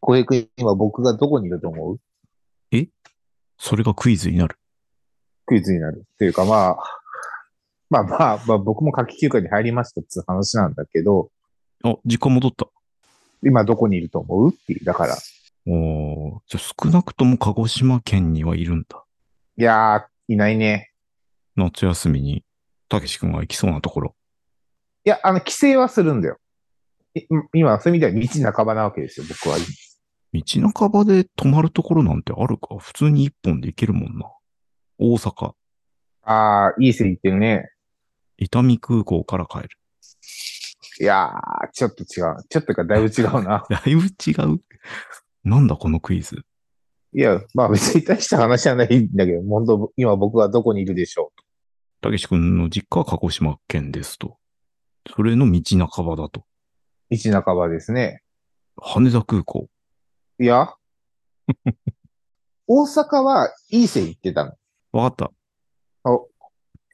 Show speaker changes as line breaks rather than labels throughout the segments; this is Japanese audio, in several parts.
小平君、今僕がどこにいると思う
それがクイズになる。
クイズになる。というかまあ、まあまあ、まあ僕も夏季休暇に入りましたっていう話なんだけど、
あ、時間戻った。
今どこにいると思うっていう。だから、い
おーじゃあ少なくとも鹿児島県にはいるんだ。
やー、いないね。
夏休みに、たけし君が行きそうなところ。
いや、あの、帰省はするんだよ。い今、そういう意味では道半ばなわけですよ、僕は。
道半ばで泊まるところなんてあるか普通に一本で行けるもんな。大阪、
ああ、いい線いってるね。
伊丹空港から帰る。
いやー、ちょっと違う。ちょっとか、だいぶ違うな。
だいぶ違う。なんだこのクイズ。
いや、まあ別に大した話じゃないんだけど、本当今僕はどこにいるでしょう
たけし君の実家は鹿児島県ですと。それの道半ばだと。
道半ばですね。
羽田空港。
いや、大阪はいい線いってたの。
わかっ
お
た。青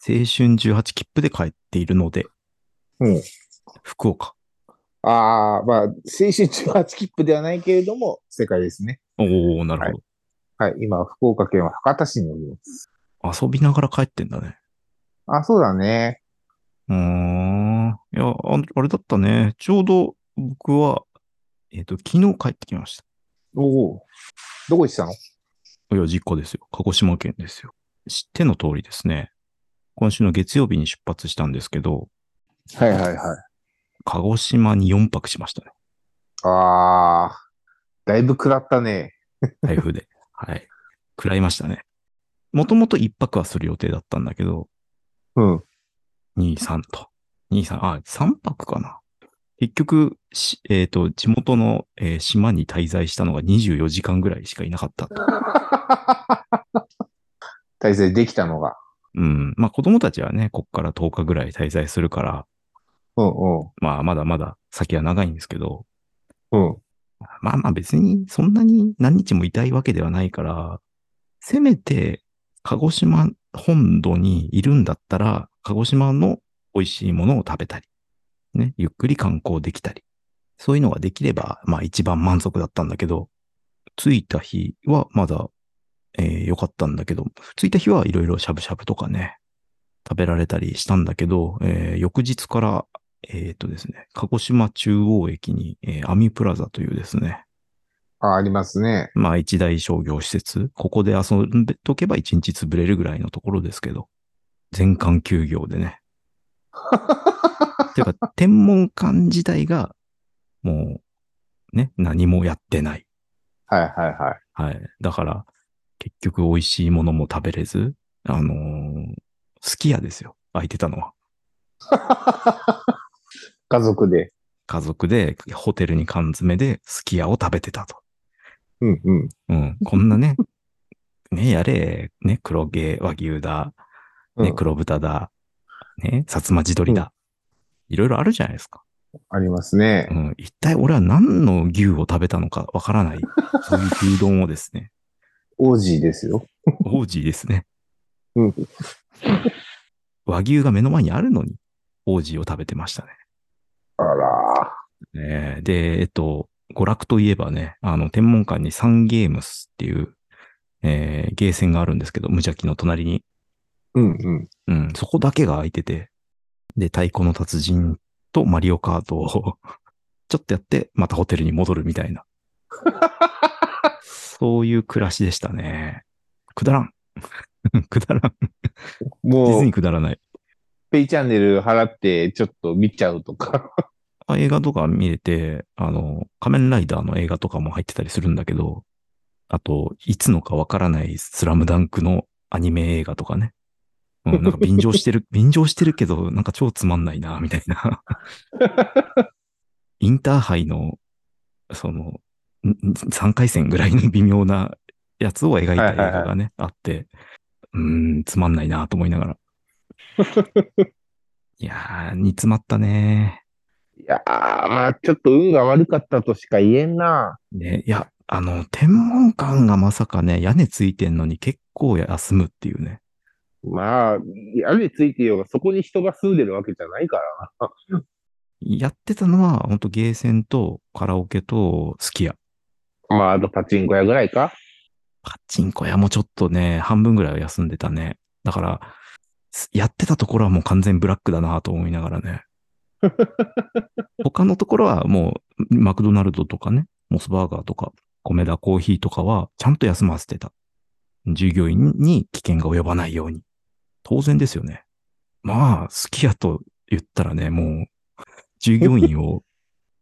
春18切符で帰っているので。
うん
福岡。
ああ、まあ、青春18切符ではないけれども、正解ですね。
おおなるほど。
はいはい、今、福岡県は博多市におります。
遊びながら帰ってんだね。
あ、そうだね。
うーん。いや、ああれだったね。ちょうど僕は、えっ、と、昨日帰ってきまし
おお。どこ行ってたの
た。いや、実家ですよ。鹿児島県ですよ。知っての通りですね。今週の月曜日に出発したんですけど、
はいはいはい。
鹿児島に4泊しましたね。
ああ、だいぶ下ったね。
台 風で。はい。食らいましたね。もともと1泊はする予定だったんだけど、
うん。
2、3と。2、3、あ、3泊かな。結局、しえっ、と、地元の、えー島に滞在したのが24時間ぐらいしかいなかった。
体制できたのが。
うん。まあ子供たちはね、こっから10日ぐらい滞在するから、
うんう
まあまだまだ先は長いんですけど、
ん。うん。
まあまあ別にそんなに何日もいたいわけではないから、せめて鹿児島本土にいるんだったら、鹿児島の美味しいものを食べたり、ね、ゆっくり観光できたり、そういうのができれば、まあ一番満足だったんだけど、着いた日はまだ、えー良かったんだけど、着いた日はいろいろしゃぶしゃぶとかね、食べられたりしたんだけど、えー翌日から、えっ、とですね、鹿児島中央駅に、えーアミプラザというですね、
あ、ありますね。
まあ一大商業施設、ここで遊んでとけば一日潰れるぐらいのところですけど、全館休業でね。ていうか、天文館自体が、もう、ね、何もやってない。
はいはいはい。
はい。だから、結局美味しいものも食べれず、あのー、すき家ですよ。空いてたのは。
家族で。
家族で、ホテルに缶詰ですき家を食べてたと。
うんうん。
うん。こんなね、ね、やれ、ね、黒毛和牛だ、
う
ね、
ん
黒豚だ、ね、薩摩地鶏だ。いろいろあるじゃないですか。
ありますね
う。ん。一体俺は何の牛を食べたのかわからない、そういう牛丼をです ね、
オージーですよ。
オージーですね。
うん
和牛が目の前にあるのに、オージーを食べてましたね。
あら
えーで、えっと、娯楽といえばね、あの、天文館にサンゲームスっていう、えーゲーセンがあるんですけど、無邪気の隣に。
ー。うんうん。
うん、そこだけが空いてて、で、太鼓の達人とマリオカートを、 ちょっとやって、またホテルに戻るみた いな。そういう暮らしでしたね。くだらん。 くだらん。
も
実
う
に、くだらない。
ペイチャンネル払ってちょっと見ちゃうとか。
あ映画とか見れて、あの、仮面ライダーの映画とかも入ってたりするんだけど、あと、いつのかわからないスラムダンクのアニメ映画とかね。うん、なんか便乗 してる、便乗してるけど、なんか超つまんないな、みたい な。インターハイの、その、3回戦ぐらいの微妙なやつを描いた映画がね、あって、うーん、つまんないなと思いなが ら。いやー、煮詰まったね
いやー、まあちょっと運が悪かったとしか言えんな。
ね、いや、あの、天文館がまさかね、屋根ついてんのに結構休むっていうね。
まあ、屋根ついてようが、そこに人が住んでるわけじゃないからな。
やってたのは、ほんとゲーセンとカラオケとすき家。
まあ、あとパチンコ屋ぐらいか
パチンコ屋もちょっとね、半分ぐらいは休んでたね。だから、すやってたところはもう完全ブラックだなと思いながらね。他のところはもう、マクドナルドとかね、モスバーガーとか、米田コーヒーとかは、ちゃんと休ませてた。従業員に危険が及ばないように。当然ですよね。まあ、好きやと言ったらね、もう、従業員を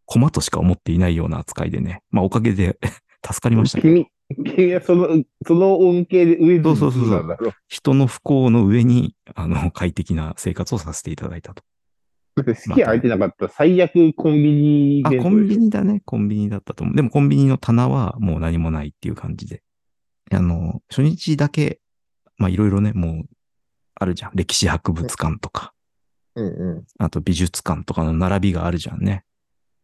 駒としか思っていないような扱いでね。まあ、おかげで 助かりましたけど
君、君はその、その恩恵で上
そうそうそうそう
なんだろ
人の不幸の上に、あの、快適な生活をさせていただいたと。
う。だって好き空いてなかったら最悪コンビニ
あ、
弁当でしょ
コンビニだね。コンビニだったと思う。でもコンビニの棚はもう何もないっていう感じで。あの、初日だけ、まあいろいろね、もう、あるじゃん。歴史博物館とか、
うんうん。
あと美術館とかの並びがあるじゃんね。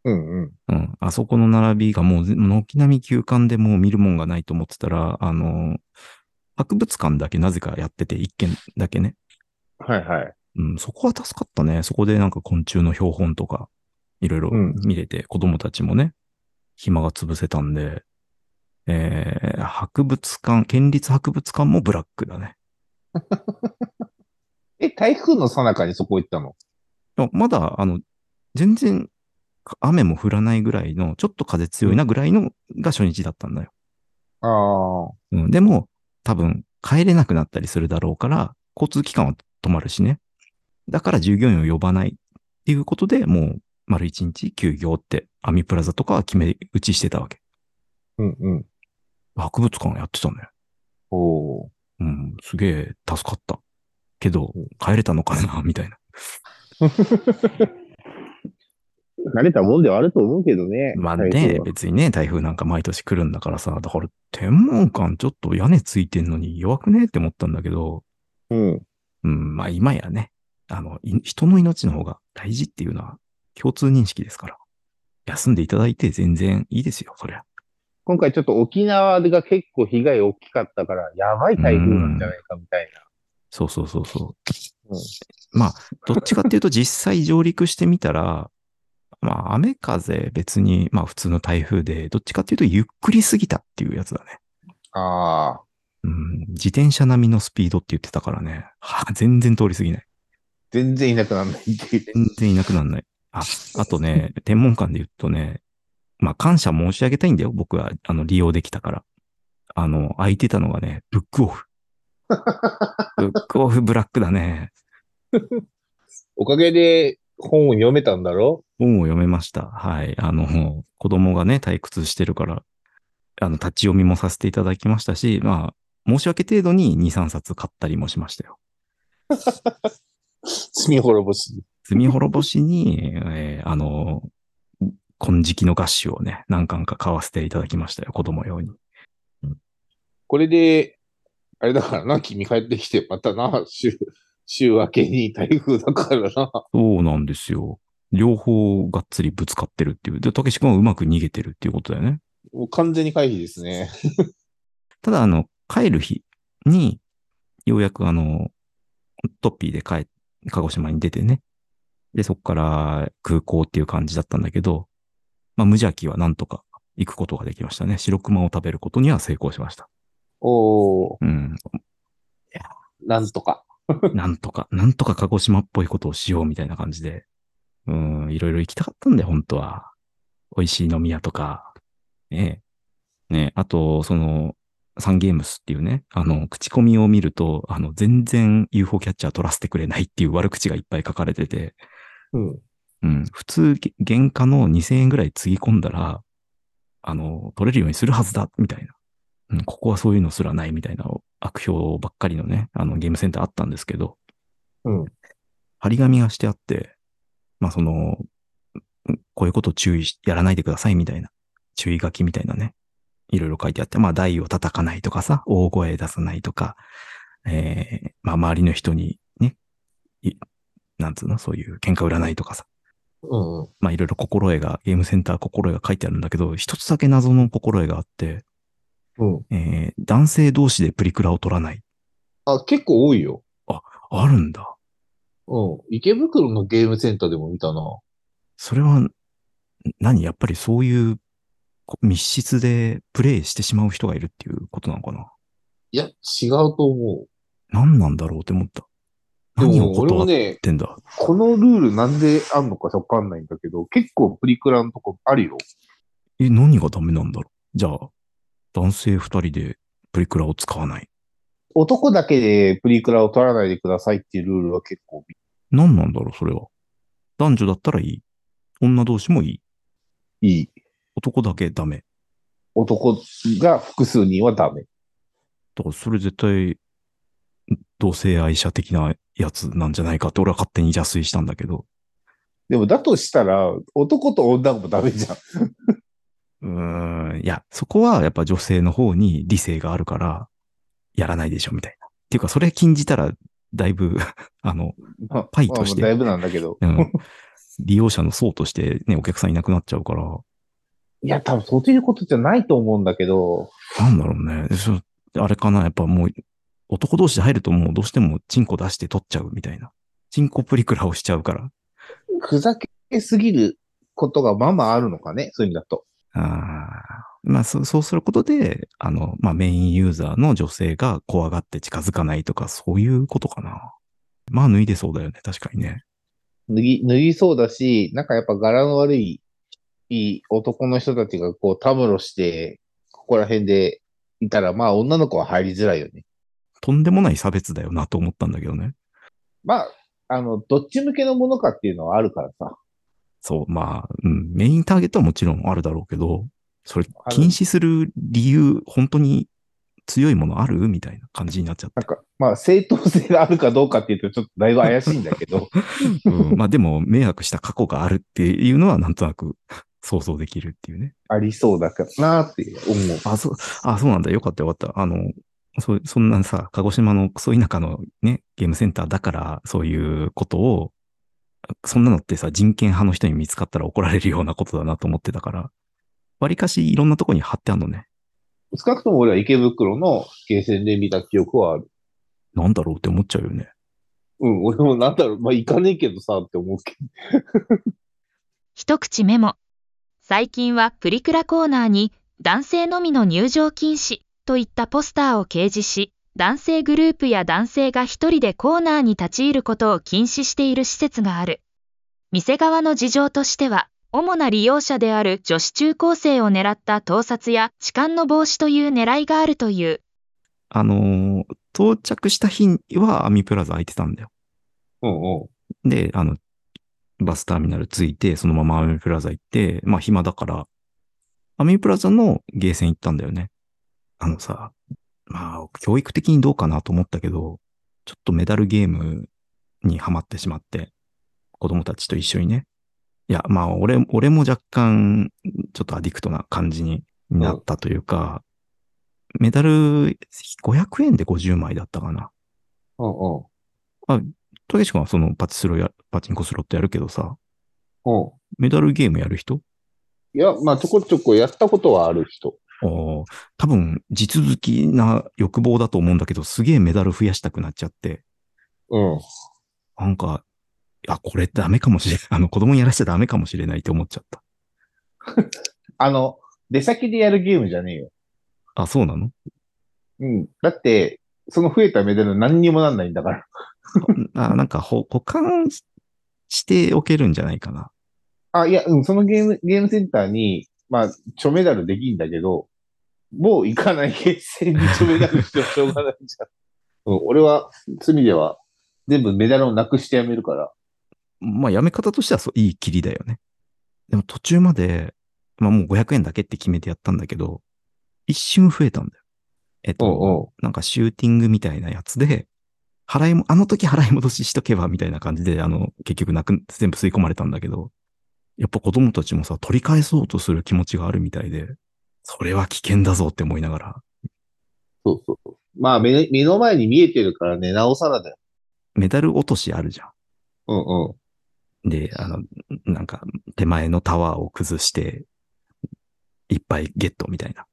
うんうん。
うん。あそこの並びがもう、軒並み休館でもう見るもんがないと思ってたら、あの、博物館だけなぜかやってて、一軒だけね。
はいはい。
うん、そこは助かったね。そこでなんか昆虫の標本とか、いろいろ
うん
見れて、子供たちもね、暇が潰せたんで、えー、博物館、県立博物館もブラックだね。
え、台風の最中にそこ行ったの
あまだ、あの、全然、雨も降らないぐらいの、ちょっと風強いなぐらいのが初日だったんだよ。
ああ。
うん、でも、多分、帰れなくなったりするだろうから、交通機関は止まるしね。だから従業員を呼ばないっていうことでもう、丸一日休業って、アミプラザとかは決め打ちしてたわけ。
うんうん。
博物館やってたね。
おお。
うん、すげえ助かった。けど
うん、
帰れたのかな、みたいな。
慣れたもんではあると思うけどね。
まあ
台風
ね、
は
別にね、台風なんか毎年来るんだからさ、だから天文館ちょっと屋根ついてんのに弱くねって思ったんだけど、
うん。
うん、まあ今やね、あの、い人の命の方が大事っていうのは共通認識ですから。休んでいただいて全然いいですよ、そりゃ。
今回ちょっと沖縄が結構被害大きかったから、やばい台風なんじゃないかみたい
そうそうそうそう。
うん
まあ、どっちかっていうと実際上陸してみたら、まあ雨風別に、まあ普通の台風で、どっちかっていうとゆっくりすぎたっていうやつだね。
な。ああ。
うん、自転車並みのスピードって言ってたからね、はあ全然通り過ぎない。
全然いなくなんないっていう。
全然いなくなんない。あ、あとね、天文館で言うとね、まあ感謝申し上げたいんだよ。僕は、あの、利用できたから。あの、空いてたのがね、ブックオフ。ブックオフブラックだね。
おかげで本を読めたんだろ
本を読めました。はい。あの、子供がね、退屈してるから、あの、立ち読みもさせていただきましたし、まあ、申し訳程度に2、3冊買ったりもしましたよ。
罪滅ぼし。
罪滅ぼしに、 えーあの、金色の合衆をね、何巻か買わせていただきましたよ。子供用に。
これで、あれだからな、君帰ってきて、またな、週、週明けに台風だからな。
そうなんですよ。両方がっつりぶつかってるっていう。で、たけし君はうまく逃げてるっていうことだよね。
もう完全に回避ですね。
ただ、あの、帰る日に、ようやくあの、トッピーで帰、鹿児島に出てね。で、そこから空港っていう感じだったんだけど、まあ、無邪気はなんとか行くことができましたね。白熊を食べることには成功しました。
おー、
うん。
なんとか。
なんとか、なんとか鹿児島っぽいことをしようみたいな感じで、うん、いろいろ行きたかったんだよ、本当は。美味しい飲み屋とか、ねえ。ねえ、あと、その、サンゲームスっていうね、あの、口コミを見ると、あの、全然 UFO キャッチャー取らせてくれないっていう悪口がいっぱい書かれてて、
うん。
うん、普通、げ原価の2000円ぐらいつぎ込んだら、あの、取れるようにするはずだ、みたいな。うん、ここはそういうのすらないみたいな悪評ばっかりのね、あの、ゲームセンターあったんですけど、
うん。
張り紙がしてあって、まあその、んこういうこと注意し、やらないでくださいみたいな、注意書きみたいなね、いろいろ書いてあって、まあ台を叩かないとかさ、大声出さないとか、えー、まあ周りの人にね、いなんつうの、そういう喧嘩売らないとかさ、
うんうん。
まあいろいろ心得が、ゲームセンター心得が書いてあるんだけど、一つだけ謎の心得があって、
うん。
えー、男性同士でプリクラを取らない。
あ、結構多いよ。
あるんだ。
うん。池袋のゲームセンターでも見たな。
それは、何やっぱりそういうこ密室でプレイしてしまう人がいるっていうことなのかな。
いや、違うと思
何なんだろうって思った。
う。で
何を
も、俺
断
も
っ
ね、
てんだ。
このルールなんであんのかわかんないんだけど、結構プリクラのとこあるよ。
え、何がダメなんだろう。じゃあ、男性二人でプリクラを使わない。
男だけでプリクラを取らないでくださいっていうルールは結構、
何なんだろう、それは。男女だったらいい。女同士もいい。
いい。
男だけダメ。
男が複数人はダメ。
だからそれ絶対、同性愛者的なやつなんじゃないかって俺は勝手に邪推したんだけど。
でも、だとしたら、男と女もダメじゃん。
うーん、いや、そこはやっぱ女性の方に理性があるから、やらないでしょ、みたいな。っていうか、それ禁じたら、だいぶ、 あの、
まあ
パイとして
まあだいぶなんだけど。
うん、利用者の層としてね、お客さんいなくなっちゃうから、
いや、多分そういうことじゃないと思うんだけど、
なんだろうね。そあれかな、やっぱもう、男同士で入るともうどうしてもチンコ出して取っちゃうみたいな。チンコプリクラをしちゃうから。
ふざけすぎることがまあまああるのかね、そういう意味だと。
あーまあそ、そうすることで、あの、まあメインユーザーの女性が怖がって近づかないとか、そういうことかな。まあ脱いでそうだよね、確かにね。
脱ぎ、脱ぎそうだし、なんかやっぱ柄の悪い、いい男の人たちがこうたむろして、ここら辺でいたら、まあ女の子は入りづらいよね。
とんでもない差別だよなと思ったんだけどね。
まあ、あの、どっち向けのものかっていうのはあるからさ。
そう、まあ、うん、メインターゲットはもちろんあるだろうけど、それ
ある
禁止する理由、本当に強いものあるみたいな感じになっちゃった
なんか、まあ正当性があるかどうかっていうとちょっとだいぶ怪しいんだけど、
うん、まあでも、迷惑した過去があるっていうのはなんとなく想像できるっていうね。
ありそうだからなっていう思う。
あ、そう、あ、そうなんだ。よかったよかった。あの、そそんなさ、鹿児島のクソ田舎のね、ゲームセンターだから、そういうことを、そんなのってさ、人権派の人に見つかったら怒られるようなことだなと思ってたから、わりかしいろんなとこに貼ってあんのね。
少なくとも俺は池袋のゲーセンで見た記憶はある。
なんだろうって思っちゃうよね。
うん、俺もなんだろう、まあ行かねえけどさって思うけど。
一口メモ。最近はプリクラコーナーに男性のみの入場禁止といったポスターを掲示し、男性グループや男性が一人でコーナーに立ち入ることを禁止している施設がある。店側の事情としては、主な利用者である女子中高生を狙った盗撮や痴漢の防止という狙いがあるという。
あのー到着した日はアミプラザ開いてたんだよ。
うんうん。
で、あの、バスターミナル着いて、そのままアミプラザ行って、まあ暇だから、アミプラザのゲーセン行ったんだよね。あのさ、まあ、教育的にどうかなと思ったけど、ちょっとメダルゲームにハマってしまって、子供たちと一緒にね。いや、まあ、俺、俺も若干、ちょっとアディクトな感じになったというか、メダル500円で50枚だったかな。
うんうん。
たけし君はそのパチスロや、パチンコスロットやるけどさ、
うん。
メダルゲームやる人
いや、まあちょこちょこやったことはある人。
あー多分、地続きな欲望だと思うんだけど、すげえメダル増やしたくなっちゃって、
うん。
なんか、あ、これダメかもしれ ない。あの、子供にやらせちゃダメかもしれないって思っちゃった。
あの、出先でやるゲームじゃねえよ。
あ、そうなの
うん。だって、その増えたメダル何にもなんないんだから。
あなんかほ、保管ししておけるんじゃないかな。
あ、いや、うん、そのゲーム、ゲームセンターに、まあ、ちょメダルできんだけど、もう行かないゲーセンにちょメダルしてもしょうがないじゃん。うん、俺は、罪では、全部メダルをなくしてやめるから。
まあ、やめ方としてはそういいきりだよね。でも途中まで、まあもう500円だけって決めてやったんだけど、一瞬増えたんだよ。えっと、
うん。
なんかシューティングみたいなやつで、払いも、あの時払い戻ししとけばみたいな感じで、あの、結局なく、全部吸い込まれたんだけど、やっぱ子供たちもさ、取り返そうとする気持ちがあるみたいで、それは危険だぞって思いながら、
そうそうそう。まあ目、目の前に見えてるからね、なおさらだよ。
メダル落としあるじゃ
うんうん。
ん。で、あの、なんか、手前のタワーを崩して、いっぱいゲットみたいな。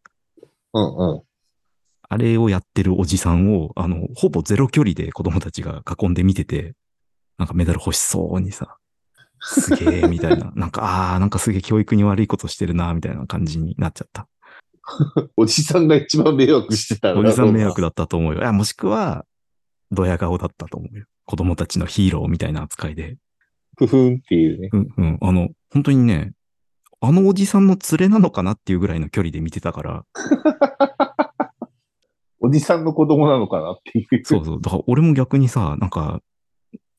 うんうん。
あれをやってるおじさんを、あの、ほぼゼロ距離で子供たちが囲んで見てて、なんかメダル欲しそうにさ、すげえ、みたいな。なんか、ああー、なんかすげえ教育に悪いことしてるな、みたいな感じになっちゃった。
おじさんが一番迷惑してた
おじさん迷
だ
惑だったと思うよ。いや、もしくは、ドヤ顔だったと思うよ。子供たちのヒーローみたいな扱いで。
ふふんっていうね。
うんうん。あの、本当にね、あのおじさんの連れなのかなっていうぐらいの距離で見てたから、
おじさんの子供なのかなっていう。
そうそう。だから俺も逆にさ、なんか、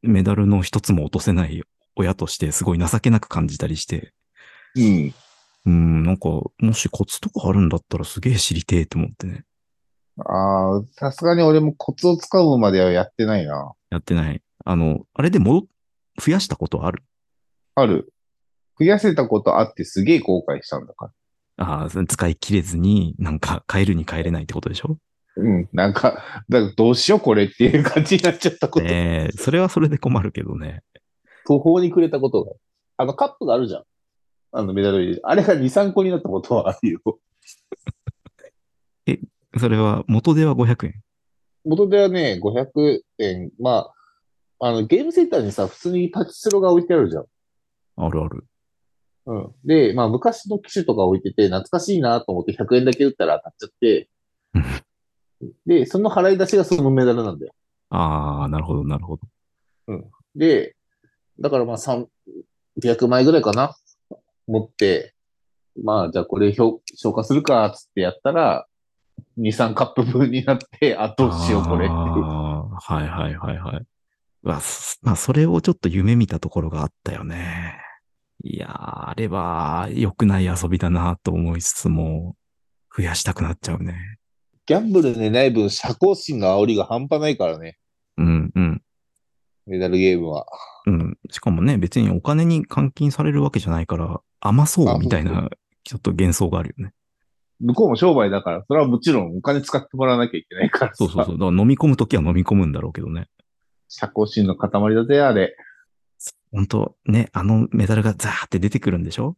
メダルの一つも落とせない親としてすごい情けなく感じたりして、
うん。
うん、なんか、もしコツとかあるんだったらすげえ知りてえと思ってね。
ああ、さすがに俺もコツをつかむまではやってないな。
やってない。あの、あれで戻っ、増やしたことある
ある。増やせたことあってすげえ後悔したんだから。
ああ、使い切れずに、なんか、帰るに帰れないってことでしょ
うん。なんか、だからどうしようこれっていう感じになっちゃったこと。
ねえ、それはそれで困るけどね。
途方に暮れたことが。あの、カップがあるじゃん。あの、メダル入れる。あれが2、3個になったことはあるよ。
それは、元手は500円。
元手はね、500円。まあ、あの、ゲームセンターにさ、普通にパチスロが置いてあるじゃん。
あるある。
うん。で、まあ、昔の機種とか置いてて、懐かしいなと思って100円だけ打ったら当たっちゃって
うん、
で、その払い出しがそのメダルなんだよ。
ああ、なるほど、なるほど。
で、だからまあ、300枚ぐらいかな持って、まあ、じゃあこれ消消化するか、つってやったら、2、3カップ分になって、あ、どうしよう、これ。
ああ、はいはいはいはい。うわ、すまあ、それをちょっと夢見たところがあったよね。いやー、あれは、良くない遊びだなと思いつつも、増やしたくなっちゃうね。
ギャンブルでない分、社交心の煽りが半端ないからね。
うん、うん。
メダルゲームは。
うん。しかもね、別にお金に換金されるわけじゃないから、甘そうみたい
あそう
な、ちょっと幻想があるよね。
向こうも商売だから、それはもちろんお金使ってもらわなきゃいけないからさ
そうそうそう。だから飲み込むときは飲み込むんだろうけどね。
社交心の塊だぜ、あれ。
本当ね、あのメダルがザーって出てくるんでしょ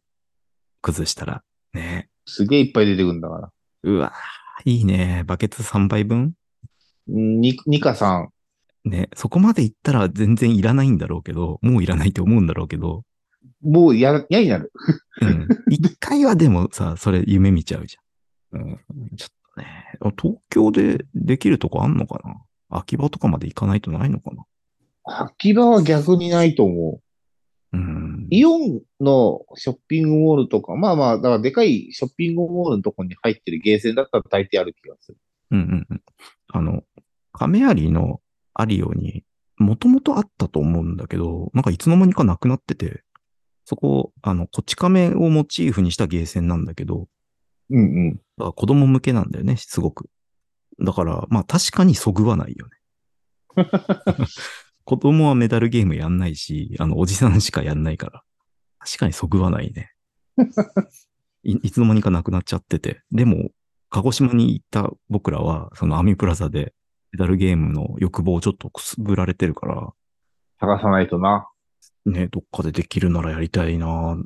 崩したら。ね。
すげえいっぱい出てくるんだから。
うわーいいね。バケツ3杯分
うんに、ニカさん。
ね。そこまでいったら全然いらないんだろうけど、もういらないって思うんだろうけど、
もうや、嫌になる。
うん。一回はでもさ、それ夢見ちゃうじゃん。うん。ちょっとね、あ東京でできるとこあんのかな秋葉とかまで行かないとないのかな
秋葉は逆にないと思う。
うん。
イオンのショッピングモールとか、まあまあ、だからでかいショッピングモールのとこに入ってるゲーセンだったら大抵ある気がする。
うんうんうん。あの、亀有のアリオに、もともとあったと思うんだけど、なんかいつの間にかなくなってて、そこ、あの、こち亀をモチーフにしたゲーセンなんだけど、
うんうん。
だから子供向けなんだよね、すごく。だから、まあ確かにそぐわないよね。子供はメダルゲームやんないし、あの、おじさんしかやんないから。確かにそぐわないね。いいつの間にかなくなっちゃってて。でも、鹿児島に行った僕らは、そのアミプラザで、メダルゲームの欲望をちょっとくすぶられてるから、
探さないとな。
ね、どっかでできるならやりたいなね